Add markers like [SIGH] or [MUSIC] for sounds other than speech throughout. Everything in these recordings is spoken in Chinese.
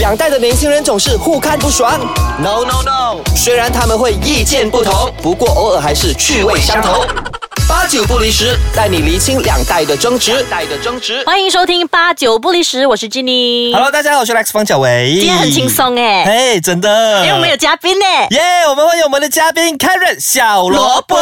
两代的年轻人总是互看不爽。 No no no，虽然他们会意见不同，不过偶尔还是趣味相投。八九不离十，带你厘清两代的争执。代的争执。欢迎收听八九不离十，我是 Jenny。 Hello，大家好，我是 Lex 方小维。今天很轻松哎、哎，真的。因为我们有嘉宾呢、欸耶我们欢迎我们的嘉宾 Karen 小萝卜。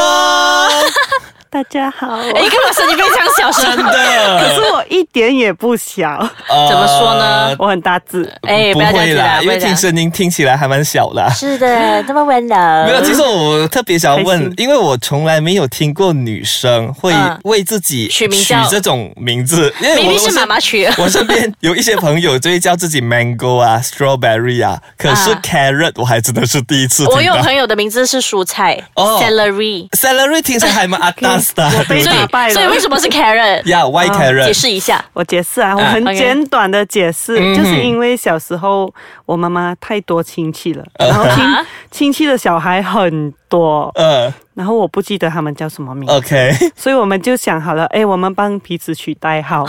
大家好，哎、你干嘛声音非常小 [LAUGHS] 声？真 [LAUGHS] 的。可是我一点也 [LAUGHS] 不小，呃怎么说呢？我很大字。哎、不不要这样会子啦，啦，因不为要这听样。声音听起来还蛮小的。是的，这么温柔。没有，其实我特别想要开问心，因为我从来没有听过女生会嗯为自己取名取叫这种名字，因为明我明是妈。妈取的。 [LAUGHS] 我身我身边有一些朋友就会叫自己 mango 啊、strawberry 啊，可是啊 carrot 我还真的是第一次我听有到。朋友的名字是蔬菜、哦 celery， celery 听起来还蛮 [LAUGHS] atas 嗯的，我被所打败以了。所以为什么是 carrot？呀 white 嗯解 carrot 释一下。我解释啊，我啊很 OK 简短的解释，嗯就是因为小时候我妈妈太多亲戚了，嗯然后亲啊亲戚的小孩很多，呃然后我不记得他们叫什么名， ，OK，所以我们就想好了，哎，我们帮彼此取代号。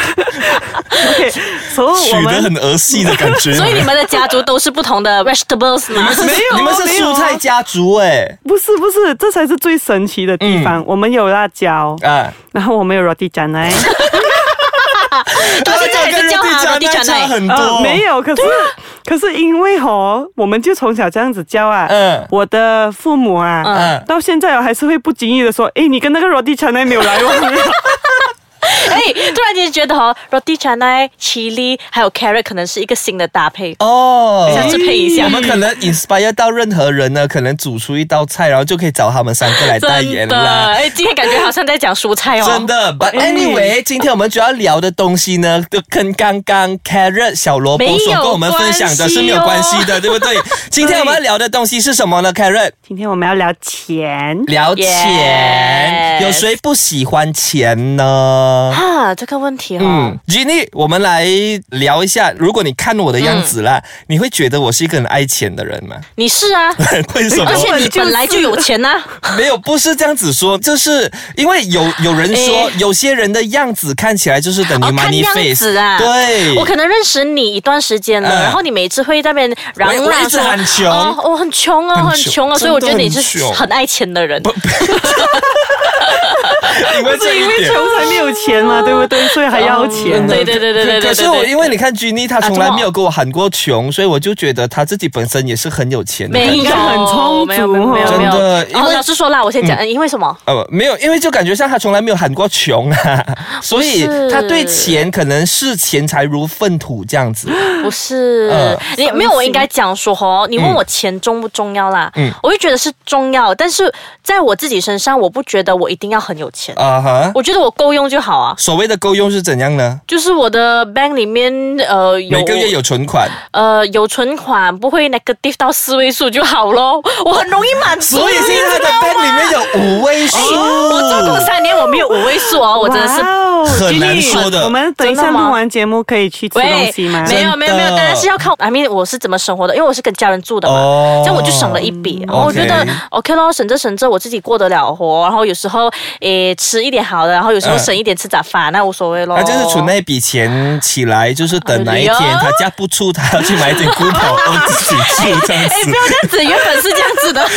OK，所以我取得们很儿戏的感觉。哦 [LAUGHS] 所以 [LAUGHS] 你们的家族都是不同的 vegetables 吗？没有你们是没有蔬菜家族哎不是不是，这才是最神奇的地方。我们有辣椒，嗯啊，然后我们有 roti j a n a 到现在还是叫他啊哎嗯跟 Roti Roti Canai 差很多，呃，没有，可是、可是因为吼，我们就从小这样子教啊。嗯我的父母啊，嗯到现在我还是会不经意的说，诶，你跟那个 Roti c h a n a 没有来 [LAUGHS] 往啊。 [LAUGHS] 哎、突然间觉得哦，roti canai、chili 还有 carrot 可能是一个新的搭配，哦，下次配一 [LAUGHS] 下我。们可能 inspire 到任何人呢，可能煮出一道菜，然后就可以找他们三个来代言真的，啦。哎、今天感觉好像在讲蔬菜哦。真的，But anyway，今天我们主要聊的东西呢，就跟刚刚 Carrot 小萝卜没有所跟我们分享的是没有关系的，对不对？ [LAUGHS] 今天我们要聊的东西是什么呢？Carrot 今天我们要聊钱，聊钱 Yes 有谁不喜欢钱呢？啊，这个问题哦，嗯，Jenny，我们来聊一下。如果你看我的样子啦，你会觉得我是一个很爱钱的人吗？ [LAUGHS] 你是啊，为什么？而且你本来就有钱啊 [LAUGHS] 呐、没有，不是这样子说，就是因为有有人说哎，有些人的样子看起来就是等于哦看 money 样 face，子啊对，我可能认识你一段时间了，嗯然后你每次会在那边嚷我嚷一直说很穷哦，我很穷啊，很我很穷穷啊，所以我觉得你真是的很穷很爱钱的人。因为这因一为点。穷才没有钱嘛，对不对？所以还要钱。对对对对对对对可可是我因为你看 Jenny，她从来啊没有跟我喊过穷，所以我就觉得她自己本身也是很有钱的人。没应有，该很充足没有没有没有真没有。的因然为后老师说啦，我先讲，因为什么？呃，没有，因为就感觉像她从来没有喊过穷 [LAUGHS] 啊，所以不是她对钱可能视钱财如粪土这样子。 [LAUGHS] 不是呃，你没有，我应该讲说哦，你问我钱重不重要啦，嗯我就觉得是重要，但是在我自己身上，我不觉得我一定要很有钱，啊哈，我觉得我够用就好啊，所谓的够用是怎样呢？就是我的 bank 里面呃有每个月有存款。呃有存款，不会 negative 到四位数就好咯，我很容易满足。所以现在他的 b a n 里面有五位数，哦我做过三年，我没有五位数哦，我真的是。哇哦很难 Jenny，说的我们等一下真的吗录完节目可以去吃东西吗？没有没有没有，当然是要靠。I mean，我是怎么生活的？因为我是跟家人住的嘛，哦这样我就省了一笔。然后我 OK 觉得 OK 咯，省着省着，我自己过得了活。然后有时候诶吃一点好的，然后有时候嗯省一点吃杂饭，那无所谓咯。他就是存那笔钱起来，就是等哪一哎天呦他嫁不出，他要去买点菇头我自己住这样哎，不子。要这样子，原本是这样 [LAUGHS] 子的，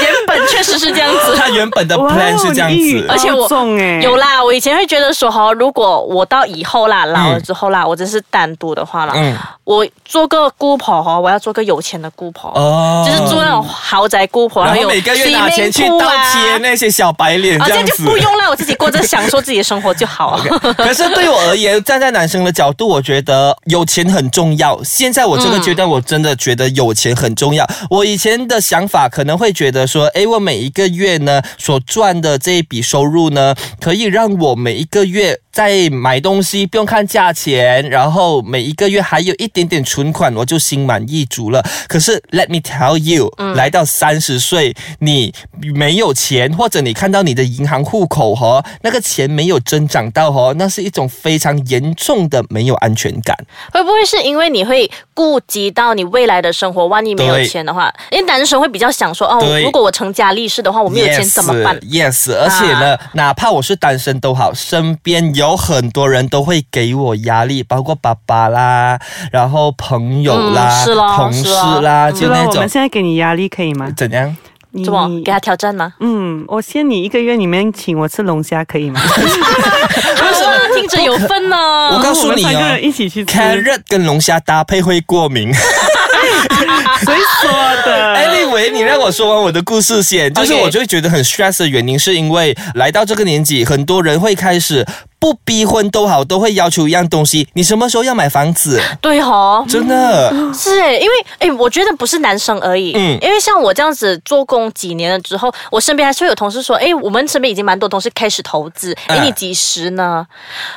原本确实是这样子。他原本 [LAUGHS] 的哇哦 plan 是这样你一语子而。且我道中哎，有啦，我以前会觉得说哈，如果我到以后啦，老了之后啦，我真是单独的话啦，嗯我做个姑婆哈，我要做个有钱的姑婆，哦就是住那种豪宅姑婆，然有后每个月拿钱去 swimming pool 倒啊贴那些小白脸啊，这这样样就子。不用了，我自己过着享受自己的生活就好。啊可是对我而言，站在男生的角度，我觉得有钱很重要。现在我这个阶段，我真的觉得有钱很重要。我以前的想法可能会觉得说，诶，我每一个月呢所赚的这一笔收入呢，可以让我每一个月在买东西不用看价钱，然后每一个月还有一点点存款，我就心满意足了。可是 Let me tell you，、来嗯到三十岁，你没有钱，或者你看到你的银行户口哦，那个钱没有增长到哦，那是一种非常严重的没有安全感。 [LAUGHS] 会不会是因为你会顾及到你未来的生活？万一没有对钱的话，因为男生会比较想说，哦对，如果我成成家立室的话，我没有钱怎么办？啊 Yes，yes，而且呢，哪怕我是单身都好，身边有很多人都会给我压力，包括爸爸啦，然后朋友啦，嗯是咯同是咯事啦，知就道那我种们现在给你压力可以吗？怎样？你怎么给他挑 [LAUGHS] 战吗？嗯，我限你一个月里面请我吃龙虾可 [LAUGHS] 以吗？为什么 [LAUGHS] 听着有分呢？我告诉你我们三个哦人一起去吃， ，carrot 跟龙虾搭配会过敏。谁 [LAUGHS] 说的？ Anyway，你让我说完我的故事先，就是 OK 我就会觉得很 stress 的原因，是因为来到这个年纪，很多人会开始不逼婚都好，都会要求一样东西，你什么时候要买房子？对哦，真的，是诶，因为诶，我觉得不是男生而已，嗯因为像我这样子做工几年了之后，我身边还是会有同事说，诶，我们身边已经蛮多同事开始投资，诶，嗯你几时呢？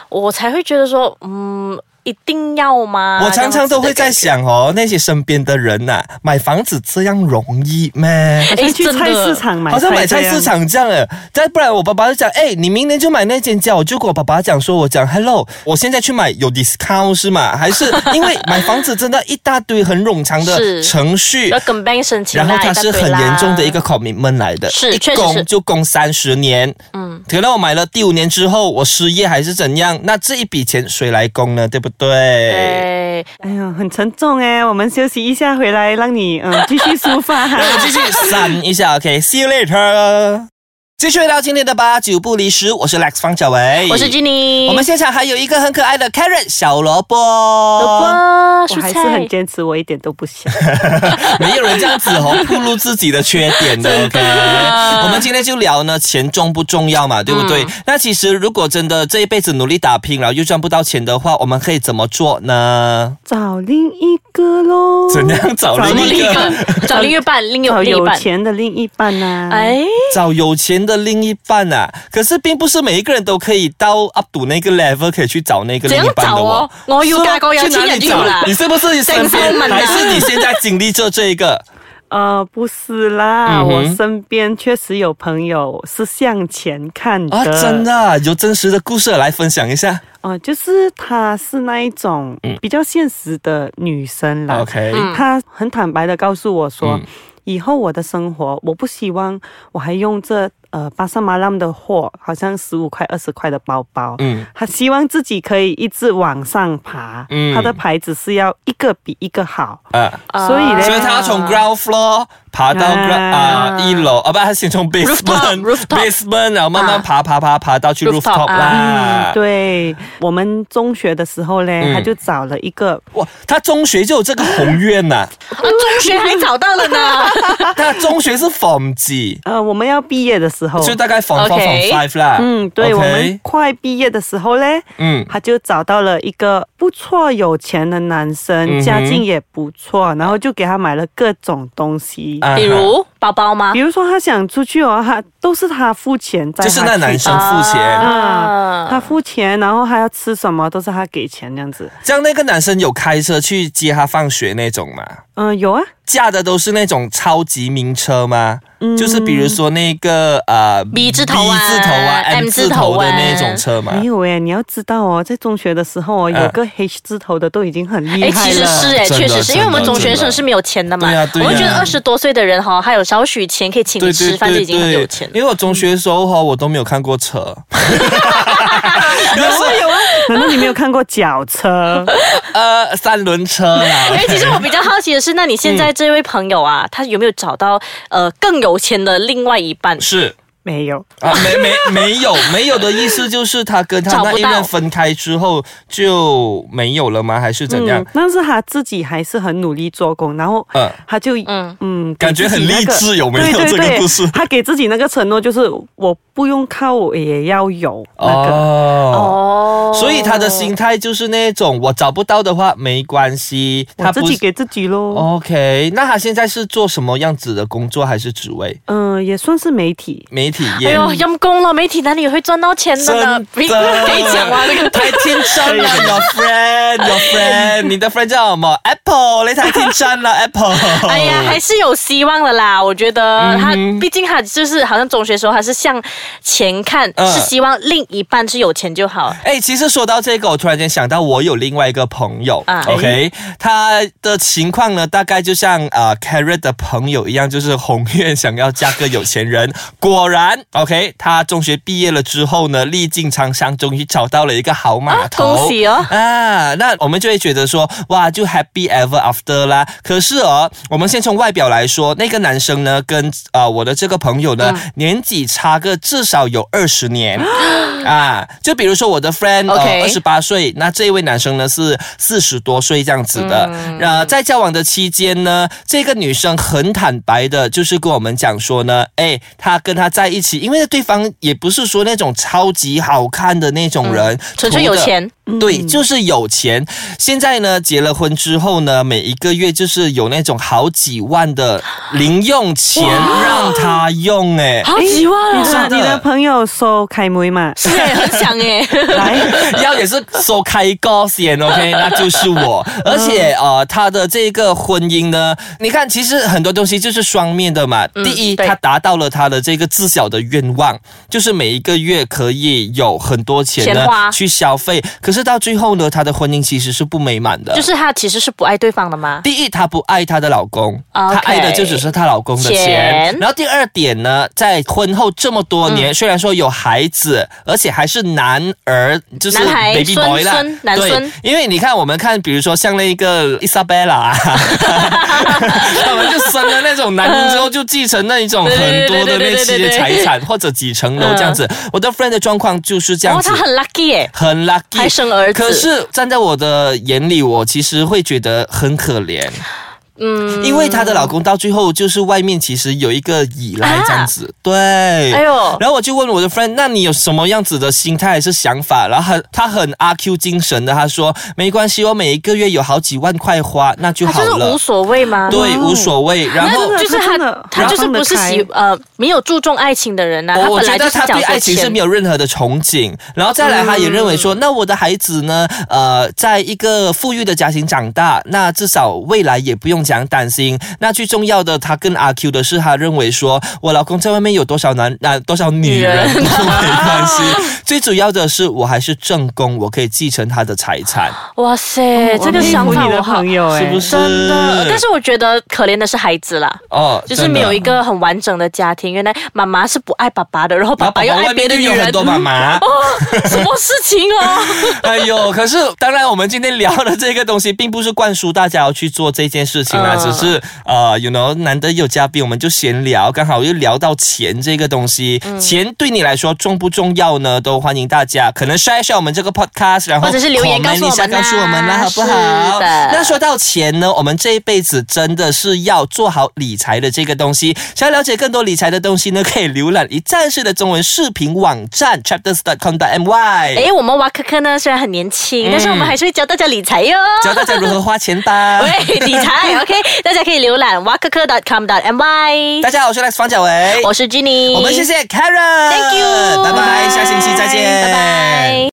我才会觉得说，嗯，一定要吗？我常常都会在想哦，那些身边的人呐、买房子这样容易咩？这样子去的感觉，哎诶，菜真市的。场买，好像买菜市。场这样诶，再不然我爸爸就讲，哎，你明年就买那间家，我就跟我爸爸讲说，我讲 hello，我现在去买有 discount 是吗？还是因为买房子真的一大堆很冗长的 [LAUGHS] 是程序要，跟 bank 申请然啦，后它是一大堆很啦严重的一个 commitment 来的，是一确实是供就供三十年，嗯，可能我买了第五年之后我失业还是怎样，那这一笔钱谁来供呢？对不对？对，哎呀，很沉重哎，我们休息一下，回来让你嗯继续 [LAUGHS] 抒发哈。我继续闪一下，OK，see、you later。继续回到今天的八九不离十，我是 Lex 方小维，我是 Jenny，我们现场还有一个很可爱的 Karen 小萝卜，萝卜我还蔬是很菜，坚持，我一点都不想。没有人这样子哦，暴露自己的缺点 [LAUGHS] 的。OK，我们今天就聊呢，钱重不重要嘛，对不对？那其实如果真的这一辈子努力打拼，然后又赚不到钱的话，我们可以怎么做呢？找另一个喽。怎样找找另另一一个？个找另一半，另有找另一有半，钱的另一半呐、啊？哎，找有钱的另一半啊，可是并不是每一个人都可以到 up to 那个 level 可以去找那个怎另样一半的找哦哦。？我要是嫁过有去哪钱人里就有找啦你。是不是 [LAUGHS] 身先边生们啊还是你现在经历着这一个？呃，不是啦，嗯哼我身边确实有朋友是向前看的，啊，真的。啊有真实的故事来分享一下。哦、就是她是那一种比较现实的女生啦。嗯啊 OK，嗯她很坦白的告诉我说，嗯以后我的生活，我不希望我还用这呃巴塞马浪的货，好像十五块、二十块的包包。嗯她希望自己可以一直往上爬，嗯她的牌子是要一个比一个好，啊，所以呢，所以他要从 ground floor 爬到 ground 啊啊一楼，啊不，他先从 basement rooftop basement，然后慢啊慢爬爬爬爬到去 rooftop rooftop，啦。，对我们中学的时候嘞，啊嗯他就找了一个，哇，他中学就有这个宏愿 [LAUGHS] 呐，啊，中学还找到 [LAUGHS] 了呢。他中学是 form 几？呃，我们要毕业的时候，就大概 form four form OK five 啦。嗯，OK，对我们快毕业的时候嘞，嗯他就找到了一个不错有钱的男生，嗯哼家境也不错，然后就给他买了各种东西。啊哈比如包包吗比？如说，他想出去哦，他都是他付钱在，就是那男生付钱啊他啊，付钱，然后他要吃什么都是他给钱这样子。像那个男生有开车去接他放学那种嘛？嗯、有啊，驾的都是那种超级名车吗？就是比如说那个呃嗯 B 字头啊 B 字头啊 M M 字头的那种车哎嘛。没有诶，你要知道哦，在中学的时候哦，嗯有个 H 字头的都已经很厉哎，害其实了。是哎，真的确实是因为我们真的中学真生的是没有钱的嘛。对呀对呀啊我们觉得二十多岁的人哈，还有少许钱可以请你吃饭，就已经很有钱了。因为我中学的时候哈，我都没有看过车， [LAUGHS] 有啊有啊，难道你没有看过脚车？呃，三轮车啦哎、。 [LAUGHS] 其实我比较好奇的是，那你现嗯在这位朋友啊，他有没有找到呃更有钱的另外一半？是没有，啊，没没没有没有的意思就是他跟他找不那到一任分开之后就没有了吗？还是怎样嗯？？但是他自己还是很努力做工，然后嗯他就嗯嗯嗯，感觉给自己那个很励志有没有对对这个对故事他给自己那个承诺就是我不用靠，我也要有那个。哦哦所以他的心态就是那种我找不到的话没关系，我他自不己是哦给自己喽， OK。那他现在是做什么样子的工作还是职位？ [LAUGHS] 嗯、也算是媒体，媒媒体哎业。呦，阴公了，媒体哪里会赚到钱的呢？真的 [LAUGHS] 可以讲吗？这个太天真了，your friend，your friend，你的 friend 叫什么？Apple，你太天真了，Apple。哎呀，还是有希望的啦。我觉得他，嗯毕竟他就是好像中学时候，他是向前看，嗯是希望另一半是有钱就好。哎、其实说到这个，我突然间想到，我有另外一个朋友、啊 o k 他的情况呢，大概就像啊 Carrot 的朋友一样，就是宏愿想要嫁个有钱人。果然，OK，他中学毕业了之后呢，历尽沧桑，终于找到了一个好码头。恭喜哦！啊，那我们就会觉得说，哇，就 happy ever after 啦。可是哦，我们先从外表来说，那个男生呢，跟啊、呃我的这个朋友呢，嗯年纪差个至少有二十 [GASPS] 年啊。就比如说我的 friend 呃 OK 二十八岁，那这一位男生呢是四十多岁这样子的。嗯呃，在交往的期间呢，这个女生很坦白的，就是跟我们讲说呢，哎，她跟他在一起，因为对方也不是说那种超级好看的那种人，嗯纯粹有图的钱，嗯对，就是有钱。现在呢，结了婚之后呢，每一个月就是有那种好几万的零用钱让他用，哎，好几万你啊！真的的你的朋友收开梅嘛？是哎，很想哎。 [LAUGHS] [LAUGHS] 来，要也是收开高险，OK，那就是我。嗯而且呃，他的这个婚姻呢，你看，其实很多东西就是双面的嘛。第一，嗯对他达到了他的这个自小的愿望，就是每一个月可以有很多钱呢钱花去消费。可是到最后呢，他的婚姻其实是不美满的。就是他其实是不爱对方的吗？第一，她不爱她的老公，她 OK 爱的就只是她老公的钱。钱嗯然后第二点呢，在婚后这么多年，虽然说有孩子，而且还是男儿，就是男孩 baby 孙 boy 啦孙，男对孙，因为你看我们看，比如说像那个 Isabella，啊 [LAUGHS] 他们就生了那种男婴之后，就继承那一种很多的那对对对对对些对财产或者几层楼这样子。我的 friend 的状况就是这样嗯哦，子。他很 lucky 哎，很 lucky，还生儿子可是站在我的眼里，我其实会觉得很可怜。嗯，因为她的老公到最后就是外面其实有一个依赖这样子，对，啊哎呦然后我就问我的 friend，那你有什么样子的心态还是想法？然后他他很阿 Q 精神的，他说没关系，我每一个月有好几万块花，那就他好就是了无，所谓吗？对，无所谓。然后那就是他真他的，他就是放得不是喜呃没有注重爱情的人啊呐、他哦我我本觉来就得是他讲对爱情是没有有任何的憧憬，然后再来，他也认为嗯说，那我的孩子呢，呃，在一个富裕的家庭长大，那至少未来也不用讲担心。那最重要的，他跟阿 Q 的是，他认为说我老公在外面有多少男啊、多少女人女都人没关系，最主要的是我还是正宫，我可以继承他的财产，哇塞，哎这哦我个佩服想法你我的好朋友是哎不，是？真的，但是我觉得可怜的是孩子啦。哦，就是没有一个。个很完整的家庭，原来妈妈是不爱爸爸的，然后然爸后宝爸宝又爱外别面的就女有很人，哦多 [LAUGHS] 妈妈，什么事情 [LAUGHS] 哦？哎呦，可是当然，我们今天聊的这个东西，并不是灌输大家要去做这件事情啦，嗯只是呃，you know，难得有嘉宾，我们就闲聊，刚好又聊到钱这个东西，嗯钱对你来说重不重要呢？都欢迎大家可能刷一下我们这个 podcast，然后或者是留言 comment 告诉一下我们啦告诉我们啦，好不好是？的那说到钱呢，我们这一辈子真的是要做好理财的这个东西。想要了解更多理财的东西呢，可以浏览一站式的中文视频网站 chapters.com.my。哎，我们娃可可呢，虽然很年轻，但是我们还是会教大家理财哟。嗯教大家如何花钱吧。喂，理 [LAUGHS] 财 OK，大家可以浏览娃可可 .com.my。大家好，我是 Lex 方小维，我是 Jenny，我们谢谢 Karen，Thank ，Thank you，拜拜，下星期再见，拜拜。